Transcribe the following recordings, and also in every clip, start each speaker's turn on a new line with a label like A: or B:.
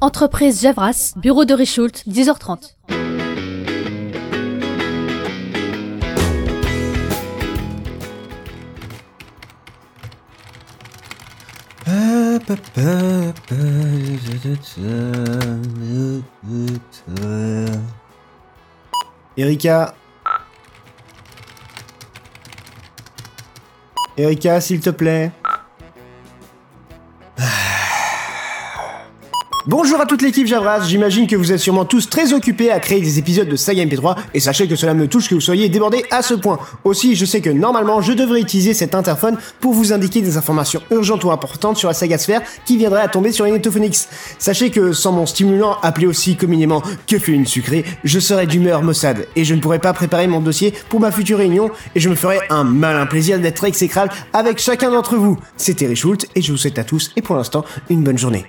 A: Entreprise Javras, bureau de Richult, 10h30.
B: Erika Erika, s'il te plaît. Bonjour à toute l'équipe Javras, j'imagine que vous êtes sûrement tous très occupés à créer des épisodes de Saga MP3 et sachez que cela me touche que vous soyez débordés à ce point. Aussi, je sais que normalement je devrais utiliser cet interphone pour vous indiquer des informations urgentes ou importantes sur la saga sphère qui viendrait à tomber sur Netophonix. Sachez que sans mon stimulant appelé aussi communément que fait une sucrée, je serais d'humeur maussade et je ne pourrais pas préparer mon dossier pour ma future réunion et je me ferais un malin plaisir d'être exécrable avec chacun d'entre vous. C'était Richult et je vous souhaite à tous et pour l'instant une bonne journée.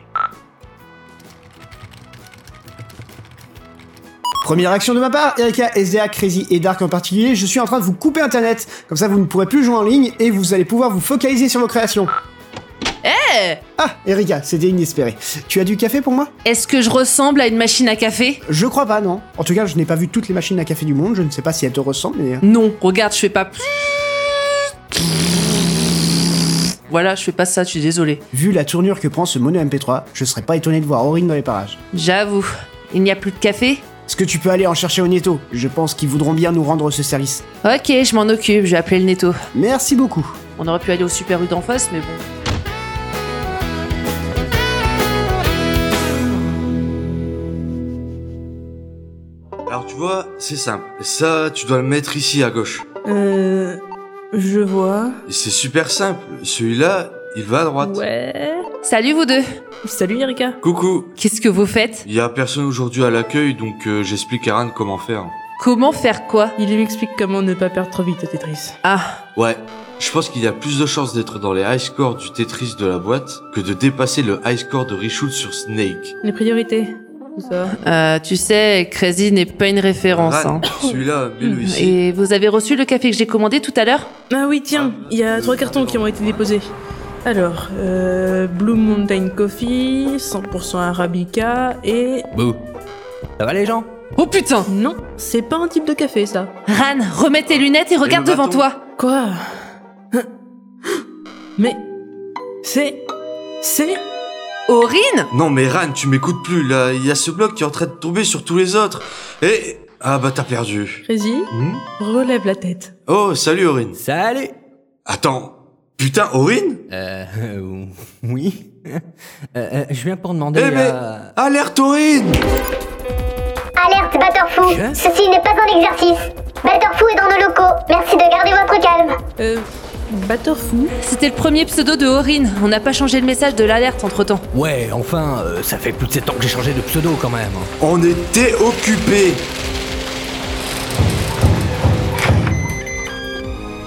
B: Première action de ma part, Erika, SDA, Crazy et Dark en particulier, je suis en train de vous couper internet. Comme ça, vous ne pourrez plus jouer en ligne et vous allez pouvoir vous focaliser sur vos créations.
C: Eh
B: Ah, Erika, c'était inespéré. Tu as du café pour moi
C: Est-ce que je ressemble à une machine à café
B: Je crois pas, non. En tout cas, je n'ai pas vu toutes les machines à café du monde, je ne sais pas si elles te ressemblent, mais... hein.
C: Non, regarde, je fais pas. Voilà, je fais pas ça, je suis désolée.
B: Vu la tournure que prend ce mono MP3, je serais pas étonné de voir Aurine dans les parages.
C: J'avoue, il n'y a plus de café
B: Est-ce que tu peux aller en chercher au Nieto Je pense qu'ils voudront bien nous rendre ce service.
C: Ok, je m'en occupe, je vais appeler le netto.
B: Merci beaucoup.
C: On aurait pu aller au Super U d'en face, mais bon.
D: Alors tu vois, c'est simple. Ça, tu dois le mettre ici à gauche.
E: Euh. Je vois.
D: Et c'est super simple. Celui-là, il va à droite.
E: Ouais.
C: Salut vous deux
E: Salut Erika.
D: Coucou.
C: Qu'est-ce que vous faites
D: Il y a personne aujourd'hui à l'accueil, donc euh, j'explique à Ran comment faire.
C: Comment faire quoi
E: Il lui explique comment ne pas perdre trop vite au Tetris.
C: Ah,
D: Ouais. Je pense qu'il y a plus de chances d'être dans les high scores du Tetris de la boîte que de dépasser le high score de Richult sur Snake.
E: Les priorités. Tout ça.
C: euh, tu sais, Crazy n'est pas une référence.
D: Ran,
C: hein.
D: celui-là, mets-le ici.
C: Et vous avez reçu le café que j'ai commandé tout à l'heure
E: Ah oui, tiens, il y a trois cartons qui ont été déposés. Alors, euh, Blue Mountain Coffee, 100% Arabica et...
F: Bouh. Ça va les gens
C: Oh putain
E: Non, c'est pas un type de café ça.
C: Ran, remets tes lunettes et regarde
D: le
C: devant
D: bâton
C: toi
E: Quoi Mais... C'est... C'est...
C: Aurine
D: Non mais Ran, tu m'écoutes plus là. Il y a ce bloc qui est en train de tomber sur tous les autres. Et ah bah t'as perdu.
E: Crazy,
D: Hmm
E: relève la tête.
D: oh salut Aurine.
F: Salut
D: Attends. Putain Aurine.
F: Euh, oui. Euh, euh, je viens pour demander euh,
D: Eh mais
F: à...
D: alerte Aurine.
G: Alerte Batterfou
F: Hein
G: Ceci n'est pas un exercice Batterfou est dans nos locaux, merci de garder votre calme
E: Euh... Batterfou
C: C'était le premier pseudo de Aurine. On n'a pas changé le message de l'alerte entre-temps.
F: Ouais, enfin, euh, ça fait plus de 7 ans que j'ai changé de pseudo quand même.
D: On était occupés.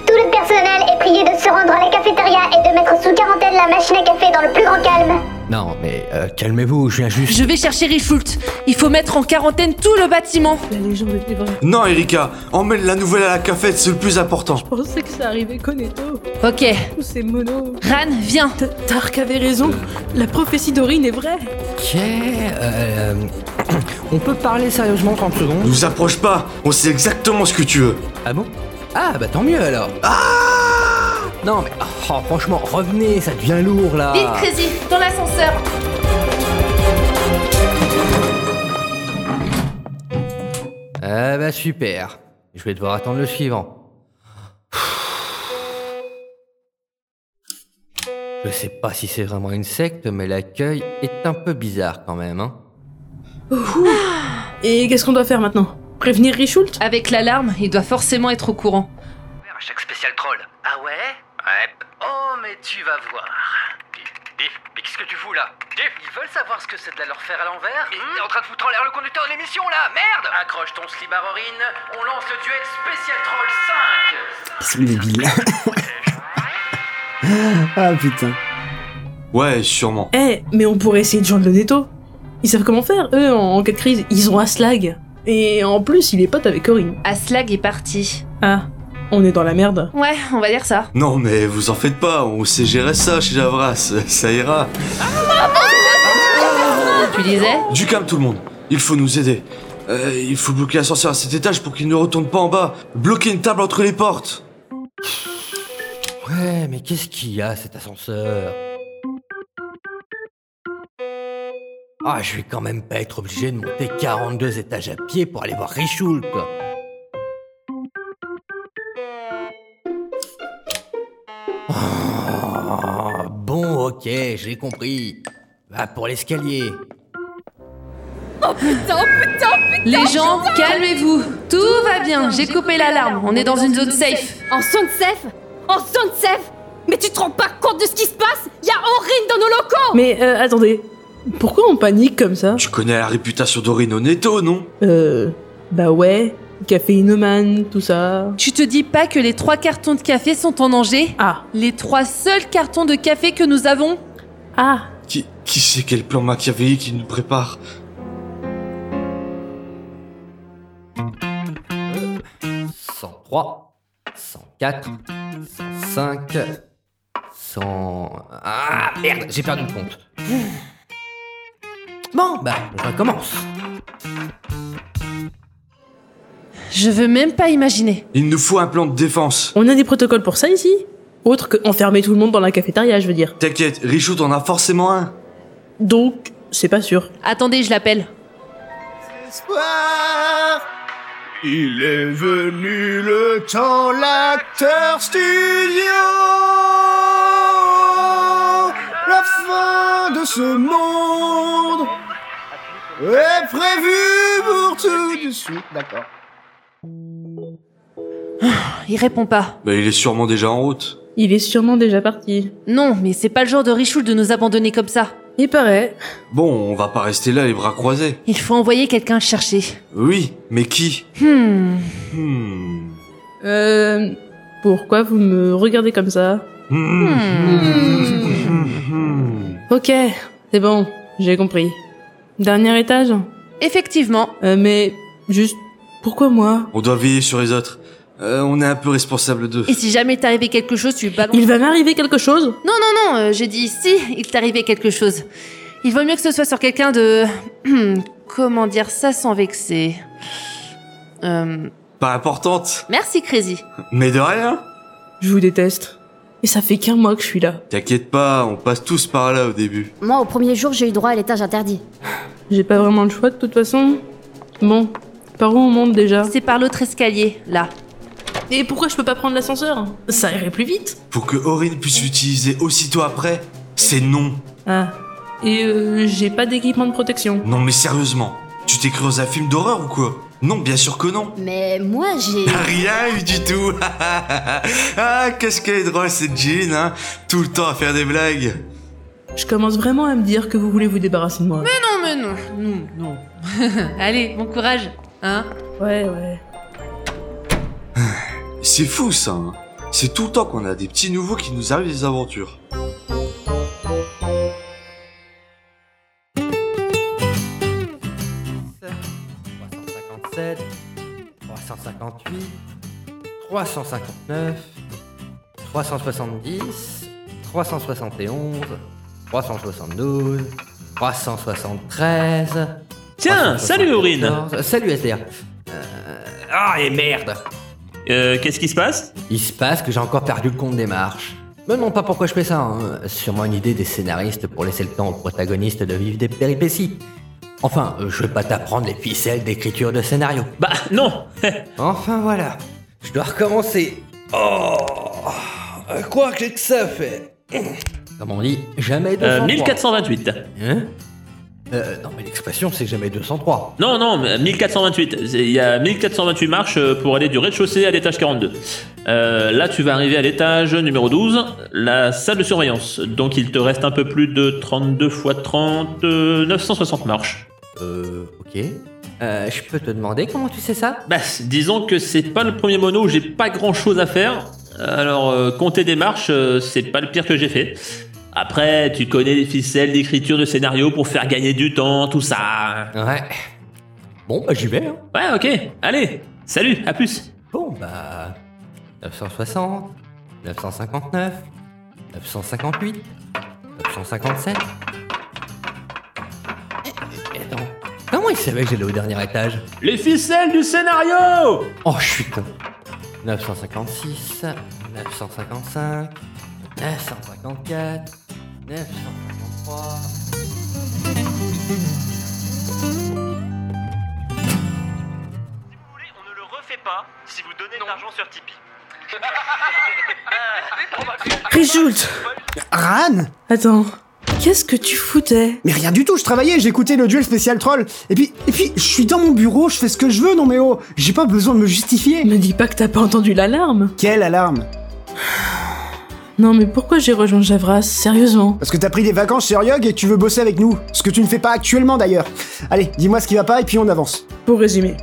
G: Tout le personnel est prié de se rendre à la cafétéria et de mettre sous quarantaine la machine à café dans le plus grand calme
F: Non, mais euh, calmez-vous, je viens juste...
C: Je vais chercher Richult. Il faut mettre en quarantaine tout le bâtiment.
E: La légende était vraie.
D: Non, Erika, emmène la nouvelle à la cafette, c'est le plus important.
E: Je pensais que ça arrivait Koneto.
C: Ok,
E: Tous ces monos.
C: Ran, viens.
E: T- Tark avait raison, la prophétie d'Aurine est vraie.
F: Ok, euh, On peut parler sérieusement 30 secondes
D: Nous approche pas, on sait exactement ce que tu veux.
F: Ah bon Ah, bah tant mieux alors Ah Non mais, oh, franchement, revenez, ça devient lourd là
C: Vite, Crazy, dans l'ascenseur.
F: Ah bah super. Je vais devoir attendre le suivant. Je sais pas si c'est vraiment une secte, mais l'accueil est un peu bizarre quand même. Hein.
E: Et qu'est-ce qu'on doit faire maintenant Prévenir Richult
C: Avec l'alarme, il doit forcément être au courant.
H: Chaque spécial troll. Ah ouais Ouais. Oh, mais tu vas voir. Biff, mais qu'est-ce que tu fous là Biff Ils veulent savoir ce que c'est de la leur faire à l'envers T'es en train de foutre en l'air le conducteur de l'émission là Merde Accroche ton slibard Aurine, on lance le duel spécial troll
B: C'est débile.
H: 5
B: ah putain.
D: Ouais, sûrement.
E: Eh, mais on pourrait essayer de joindre le netto. Ils savent comment faire, eux, en, en cas de crise. Ils ont Aslag. Et en plus, il est pote avec Aurine.
C: Aslag est parti.
E: Ah, on est dans la merde.
C: Ouais, on va dire ça.
D: Non, mais vous en faites pas, on sait gérer ça chez Javras, ça ira.
C: tu disais
D: Du calme tout le monde, il faut nous aider. Euh, il faut bloquer l'ascenseur à cet étage pour qu'il ne retourne pas en bas. Bloquer une table entre les portes.
F: Ouais, mais qu'est-ce qu'il y a cet ascenseur Ah, je vais quand même pas être obligé de monter 42 étages à pied pour aller voir Richoult, quoi. Ah, bon, ok, j'ai compris. Va pour l'escalier.
C: Les gens, calmez-vous. Tout va bien, j'ai coupé l'alarme. On est dans une zone safe.
I: En zone safe En zone safe Mais tu te rends pas compte de ce qui se passe Y'a Aurine dans nos locaux
E: Mais euh, attendez, pourquoi on panique comme ça
D: Tu connais la réputation d'Orino Neto, non
E: Euh, bah ouais, caféinoman, tout ça.
C: Tu te dis pas que les trois cartons de café sont en danger
E: Ah,
C: Les trois seuls cartons de café que nous avons
E: ah,
D: Qui, qui sait quel plan machiavélique il nous prépare
F: Euh, 103, 104, 105, 100... Ah merde, j'ai perdu le compte. Bon, bah, on recommence.
C: Je veux même pas imaginer.
D: Il nous faut un plan de défense.
E: on a des protocoles pour ça ici Autre que enfermer tout le monde dans la cafétéria, je veux dire.
D: T'inquiète, Richout en a forcément un.
E: Donc, c'est pas sûr.
C: Attendez, je l'appelle.
B: Il est venu le temps, l'acteur studio. La fin de
D: Bah,
B: ce monde est prévue pour tout de suite. D'accord.
C: Il répond pas.
D: Bah, il est sûrement déjà en route.
E: Il est sûrement déjà parti.
C: Non, mais c'est pas le genre de Richoul de nous abandonner comme ça.
E: Il paraît.
D: Bon, on va pas rester là les bras croisés.
C: Il faut envoyer quelqu'un le chercher.
D: Oui, mais qui
C: Hmm.
D: Hmm.
E: Euh, pourquoi vous me regardez comme ça
D: Hmm.
E: Ok, c'est bon, j'ai compris. Dernier étage
C: Effectivement.
E: Euh, Mais juste, pourquoi moi
D: On doit veiller sur les autres. Euh, on est un peu responsable d'eux.
C: Et si jamais t'est arrivé quelque chose, tu balances.
E: Il va m'arriver quelque chose
C: Non, non, non, euh, j'ai dit si, il t'est arrivé quelque chose. Il vaut mieux que ce soit sur quelqu'un de. Hmm, Comment dire ça sans vexer Euh,
D: Pas importante,
C: Merci, Crazy.
D: mais de rien.
E: Je vous déteste. Et ça fait qu'un mois que je suis là.
D: T'inquiète pas, on passe tous par là au début.
I: Moi, au premier jour, j'ai eu droit à l'étage interdit.
E: J'ai pas vraiment le choix de toute façon. Bon, par où on monte déjà
C: C'est par l'autre escalier, là.
E: Et pourquoi je peux pas prendre l'ascenseur Ça irait plus vite.
D: Pour que Aurine puisse l'utiliser aussitôt après, c'est non.
E: Ah. Et euh, j'ai pas d'équipement de protection.
D: Non mais sérieusement, tu t'es cru dans un film d'horreur ou quoi Non, bien sûr que non.
I: Mais moi, j'ai...
D: Rien eu du tout. ah, qu'est-ce qu'elle est drôle cette Jean, hein Tout le temps à faire des blagues.
E: Je commence vraiment à me dire que vous voulez vous débarrasser de moi.
C: Non, mais non. Non, non. Allez, bon courage. Hein
E: Ouais, ouais.
D: C'est fou ça. hein. C'est tout le temps qu'on a des petits nouveaux qui nous arrivent des aventures.
H: Tiens, salut Aurine
F: Euh, Salut SDR. Euh, Ah, et merde
H: Euh, qu'est-ce qui se passe
F: Il se passe que j'ai encore perdu le compte des marches. Me demande pas pourquoi je fais ça, hein. sûrement une idée des scénaristes pour laisser le temps aux protagonistes de vivre des péripéties. Enfin, euh, je vais pas t'apprendre les ficelles d'écriture de scénario.
H: Bah non
F: Enfin voilà, je dois recommencer. Oh euh, Quoi que ça fait Comme on dit, jamais 203.
H: Euh, 1428.
F: Hein Euh, Non mais l'expression c'est jamais 203.
H: Non, non, mais 1428. C'est- Il y a 1428 marches euh, pour aller du rez-de-chaussée à l'étage 42. Euh, là, tu vas arriver à l'étage numéro 12, la salle de surveillance. Donc, il te reste un peu plus de 32 x 30, euh, 960 marches.
F: Euh, ok. Euh, je peux te demander comment tu sais ça
H: Bah, disons que c'est pas le premier mono où j'ai pas grand chose à faire. Alors, euh, compter des marches, euh, c'est pas le pire que j'ai fait. Après, tu connais les ficelles d'écriture de scénario pour faire gagner du temps, tout ça.
F: Ouais. Bon bah j'y vais. Hein.
H: Ouais, ok, allez, salut, à plus.
F: Bon, bah. 960, 959, 958, 957. Comment il savait que j'allais au dernier étage
J: Les ficelles du scénario
F: Oh, je suis con. 956, 955, 954, 953.
K: On ne le refait pas si vous donnez de l'argent sur Tipeee.
E: Résulte
B: Ran
E: Attends, qu'est-ce que tu foutais
B: Mais rien du tout, je travaillais, j'écoutais le duel spécial troll. Et puis, et puis, je suis dans mon bureau, je fais ce que je veux, non mais oh, j'ai pas besoin de me justifier.
E: Me dis pas que t'as pas entendu l'alarme.
B: Quelle alarme
E: Non mais pourquoi j'ai rejoint Javras Sérieusement
B: Parce que t'as pris des vacances sur Yog et tu veux bosser avec nous. Ce que tu ne fais pas actuellement d'ailleurs. Allez, dis-moi ce qui va pas et puis on avance.
E: Pour résumer,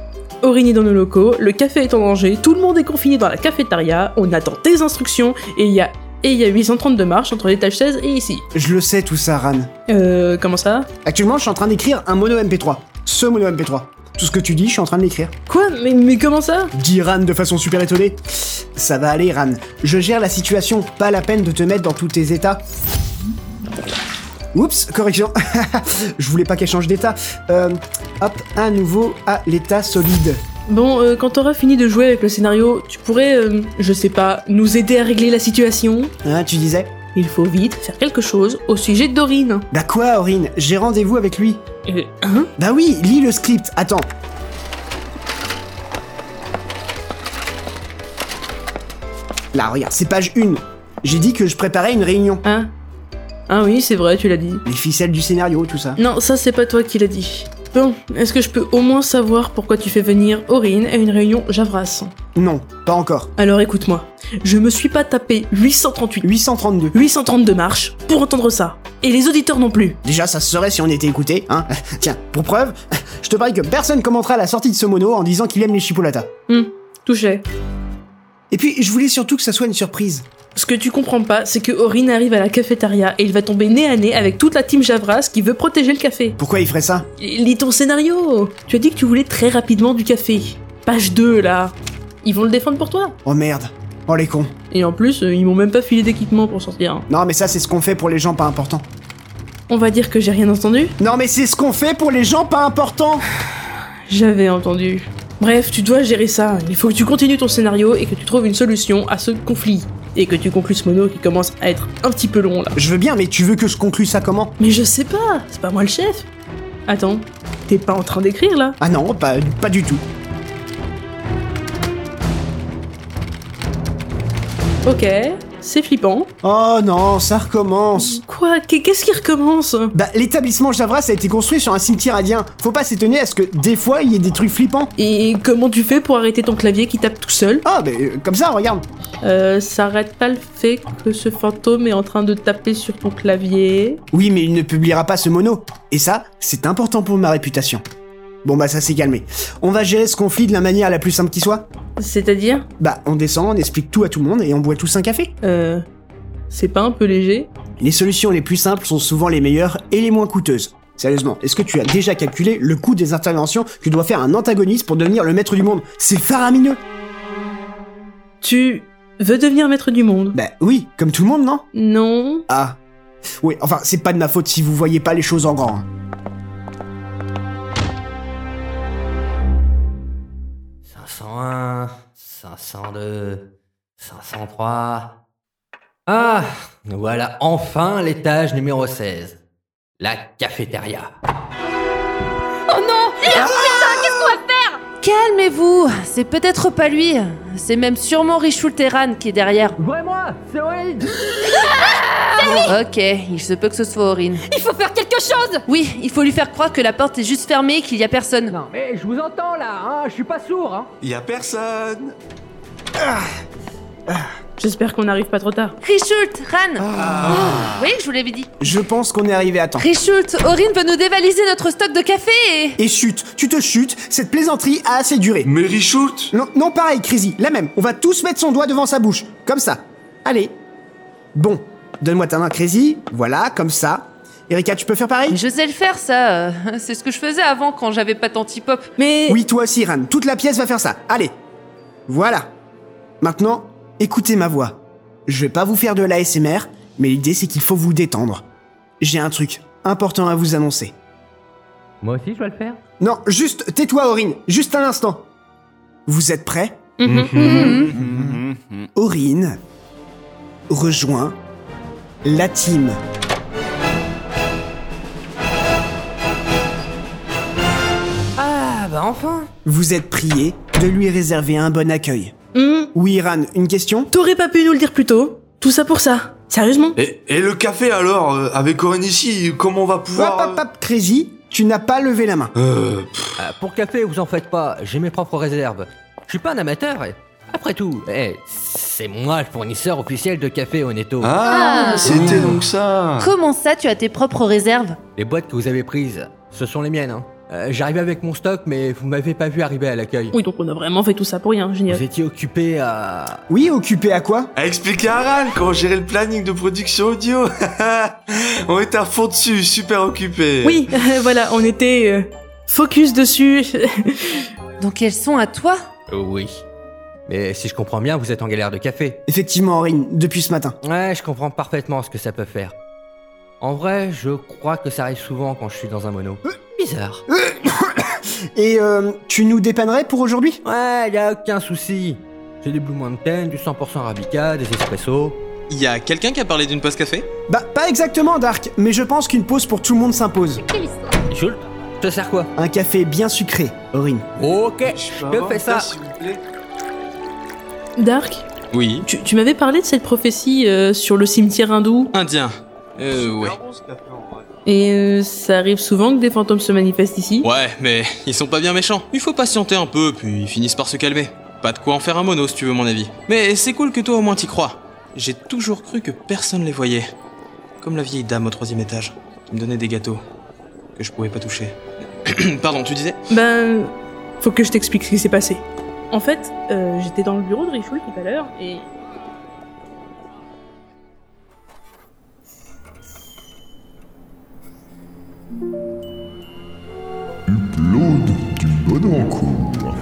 E: Aurigny dans nos locaux, le café est en danger, tout le monde est confiné dans la cafétéria, on attend tes instructions et il y a... Et il y a 832 marches entre l'étage 16 et ici.
B: Je le sais tout ça, Ran.
E: Euh, comment ça
B: Actuellement, je suis en train d'écrire un mono MP3. Ce mono MP3. Tout ce que tu dis, je suis en train de l'écrire.
E: Quoi mais, mais comment ça
B: Dit Ran de façon super étonnée. Ça va aller, Ran. Je gère la situation, pas la peine de te mettre dans tous tes états. Oups, correction. je voulais pas qu'elle change d'état. Euh, hop, à nouveau à l'état solide.
E: Bon, euh, quand t'auras fini de jouer avec le scénario, tu pourrais, euh, je sais pas, nous aider à régler la situation
B: Hein, tu disais
E: Il faut vite faire quelque chose au sujet de Dorine.
B: Bah quoi, Aurine J'ai rendez-vous avec lui.
E: Euh, hein
B: Bah oui, lis le script. Attends. Là, regarde, c'est page 1. J'ai dit que je préparais une réunion.
E: Hein Ah oui, c'est vrai, tu l'as dit.
B: Les ficelles du scénario, tout ça.
E: Non, ça c'est pas toi qui l'as dit. Bon, est-ce que je peux au moins savoir pourquoi tu fais venir Aurine à une réunion Javras
B: Non, pas encore.
E: Alors écoute-moi, je me suis pas tapé 838,
B: 832.
E: 832 marches pour entendre ça. Et les auditeurs non plus.
B: Déjà, ça se saurait si on était écouté, hein. Tiens, pour preuve, je te parie que personne commentera à la sortie de ce mono en disant qu'il aime les chipolatas.
E: Hum, touché.
B: Et puis, je voulais surtout que ça soit une surprise.
E: Ce que tu comprends pas, c'est que Aurine arrive à la cafétéria et il va tomber nez à nez avec toute la team Javras qui veut protéger le café.
B: Pourquoi il ferait ça
E: Lis ton scénario Tu as dit que tu voulais très rapidement du café. Page 2, là Ils vont le défendre pour toi
B: Oh merde. Oh les cons.
E: Et en plus, euh, ils m'ont même pas filé d'équipement pour sortir. hein.
B: Non, mais ça, c'est ce qu'on fait pour les gens pas importants.
E: On va dire que j'ai rien entendu
B: Non, mais c'est ce qu'on fait pour les gens pas importants
E: J'avais entendu. Bref, tu dois gérer ça. Il faut que tu continues ton scénario et que tu trouves une solution à ce conflit. Et que tu conclues ce mono qui commence à être un petit peu long, là.
B: Je veux bien, mais tu veux que je conclue ça comment
E: Mais je sais pas, c'est pas moi le chef. Attends, t'es pas en train d'écrire, là
B: Ah non, pas, pas du tout.
E: Ok, c'est flippant.
B: Oh non, ça recommence.
E: Quoi Qu'est- Qu'est-ce qui recommence
B: Bah, l'établissement Javras a été construit sur un cimetière indien. Faut pas s'étonner à ce que des fois il y ait des trucs flippants.
E: Et comment tu fais pour arrêter ton clavier qui tape tout seul
B: Ah, mais euh, comme ça, regarde.
E: Euh, ça arrête pas le fait que ce fantôme est en train de taper sur ton clavier.
B: Oui, mais il ne publiera pas ce mono. Et ça, c'est important pour ma réputation. Bon bah ça s'est calmé. On va gérer ce conflit de la manière la plus simple qui soit.
E: C'est-à-dire
B: Bah on descend, on explique tout à tout le monde et on boit tous un café.
E: Euh... C'est pas un peu léger
B: Les solutions les plus simples sont souvent les meilleures et les moins coûteuses. Sérieusement, est-ce que tu as déjà calculé le coût des interventions que doit faire un antagoniste pour devenir le maître du monde C'est faramineux
E: Tu veux devenir maître du monde
B: Bah oui, comme tout le monde, non
E: Non.
B: Ah. Oui, enfin, c'est pas de ma faute si vous voyez pas les choses en grand. hein.
F: « 501, 502, 503. Ah, voilà enfin l'étage numéro 16. La cafétéria.
I: Oh non
C: Calmez-vous, c'est peut-être pas lui. C'est même sûrement Richoul Terran qui est derrière.
J: Ouvrez-moi, c'est Wade
C: Ok, il se peut que ce soit Aurine.
I: Il faut faire quelque chose
C: Oui, il faut lui faire croire que la porte est juste fermée et qu'il y a personne.
J: Non mais je vous entends là, hein, je suis pas sourd hein
K: Y a personne
E: J'espère qu'on n'arrive pas trop tard.
C: Richult, Ran Oh, Oui, je vous l'avais dit.
B: Je pense qu'on est arrivé à temps.
C: Richult, Aurine peut nous dévaliser notre stock de café et...
B: Et chute, tu te chutes, cette plaisanterie a assez duré.
D: Mais Richoult
B: Non, non pareil, Crazy, la même. On va tous mettre son doigt devant sa bouche. Comme ça. Allez. Bon, donne-moi ta main, Crazy. Voilà, comme ça. Erika, tu peux faire pareil
C: Mais je sais le faire, ça. euh, C'est ce que je faisais avant quand j'avais pas tant hip-hop.
E: Mais...
B: Oui, toi aussi, Ran. Toute la pièce va faire ça. Allez. Voilà. Maintenant, écoutez ma voix. Je vais pas vous faire de l'ASMR, mais l'idée c'est qu'il faut vous détendre. J'ai un truc important à vous annoncer.
F: Moi aussi, je vais le faire.
B: Non, juste tais-toi, Aurine, juste un instant. Vous êtes prêts Aurine rejoint la team.
F: Ah, bah enfin
B: Vous êtes prié de lui réserver un bon accueil. Oui, Ran, une question
E: hmm, T'aurais pas pu nous le dire plus tôt Tout ça pour ça Sérieusement
D: Et, et le café alors, euh, avec Corinne ici, comment on va pouvoir...
B: Hop, hop, hop, Crazy, tu n'as pas levé la main.
D: Euh, pff,
F: Euh, Pour café, vous en faites pas, j'ai mes propres réserves. Je suis pas un amateur, et après tout, eh, c'est moi le fournisseur officiel de café Oneto.
D: Ah,
C: Ah.
D: c'était donc ça
C: Comment ça, tu as tes propres réserves
F: Les boîtes que vous avez prises, ce sont les miennes. Hein. Euh, J'arrivais avec mon stock, mais vous m'avez pas vu arriver à l'accueil.
E: Oui, donc on a vraiment fait tout ça pour rien, génial.
F: Vous étiez occupé à...
B: Oui, occupé à quoi
D: À expliquer à Aral comment gérer le planning de production audio. on est à fond dessus, super occupé.
E: Oui, voilà, on était euh, focus dessus.
C: Donc elles sont à toi
F: Oui. Mais si je comprends bien, vous êtes en galère de café.
B: Effectivement, Aurine, depuis ce matin.
F: Ouais, je comprends parfaitement ce que ça peut faire. En vrai, je crois que ça arrive souvent quand je suis dans un mono. Bizarre.
B: Et euh, tu nous dépannerais pour aujourd'hui
F: Ouais, y a aucun souci. J'ai des Blue Mountain, du 100% Arabica, des espresso.
L: Il y a quelqu'un qui a parlé d'une pause café
B: Bah, pas exactement, Dark, mais je pense qu'une pause pour tout le monde s'impose.
F: Jules, je te sers quoi
B: Un café bien sucré, Aurine.
F: Ok,
D: peux
F: je
D: avoir
F: fais ça.
D: s'il vous plaît
E: Dark,
L: Oui.
E: tu, tu m'avais parlé de cette prophétie euh, sur le cimetière hindou,
L: Indien. Euh, ouais.
E: et euh, ça arrive souvent que des fantômes se manifestent ici.
L: Ouais, mais ils sont pas bien méchants. Il faut patienter un peu, puis ils finissent par se calmer. Pas de quoi en faire un mono, si tu veux mon avis. Mais c'est cool que toi au moins t'y crois. J'ai toujours cru que personne les voyait. Comme la vieille dame au troisième étage, qui me donnait des gâteaux, que je pouvais pas toucher. Pardon, tu disais
E: Ben, faut que je t'explique ce qui s'est passé. En fait, euh, j'étais dans le bureau de Richoul tout à l'heure et.
M: Upload du bon en cours.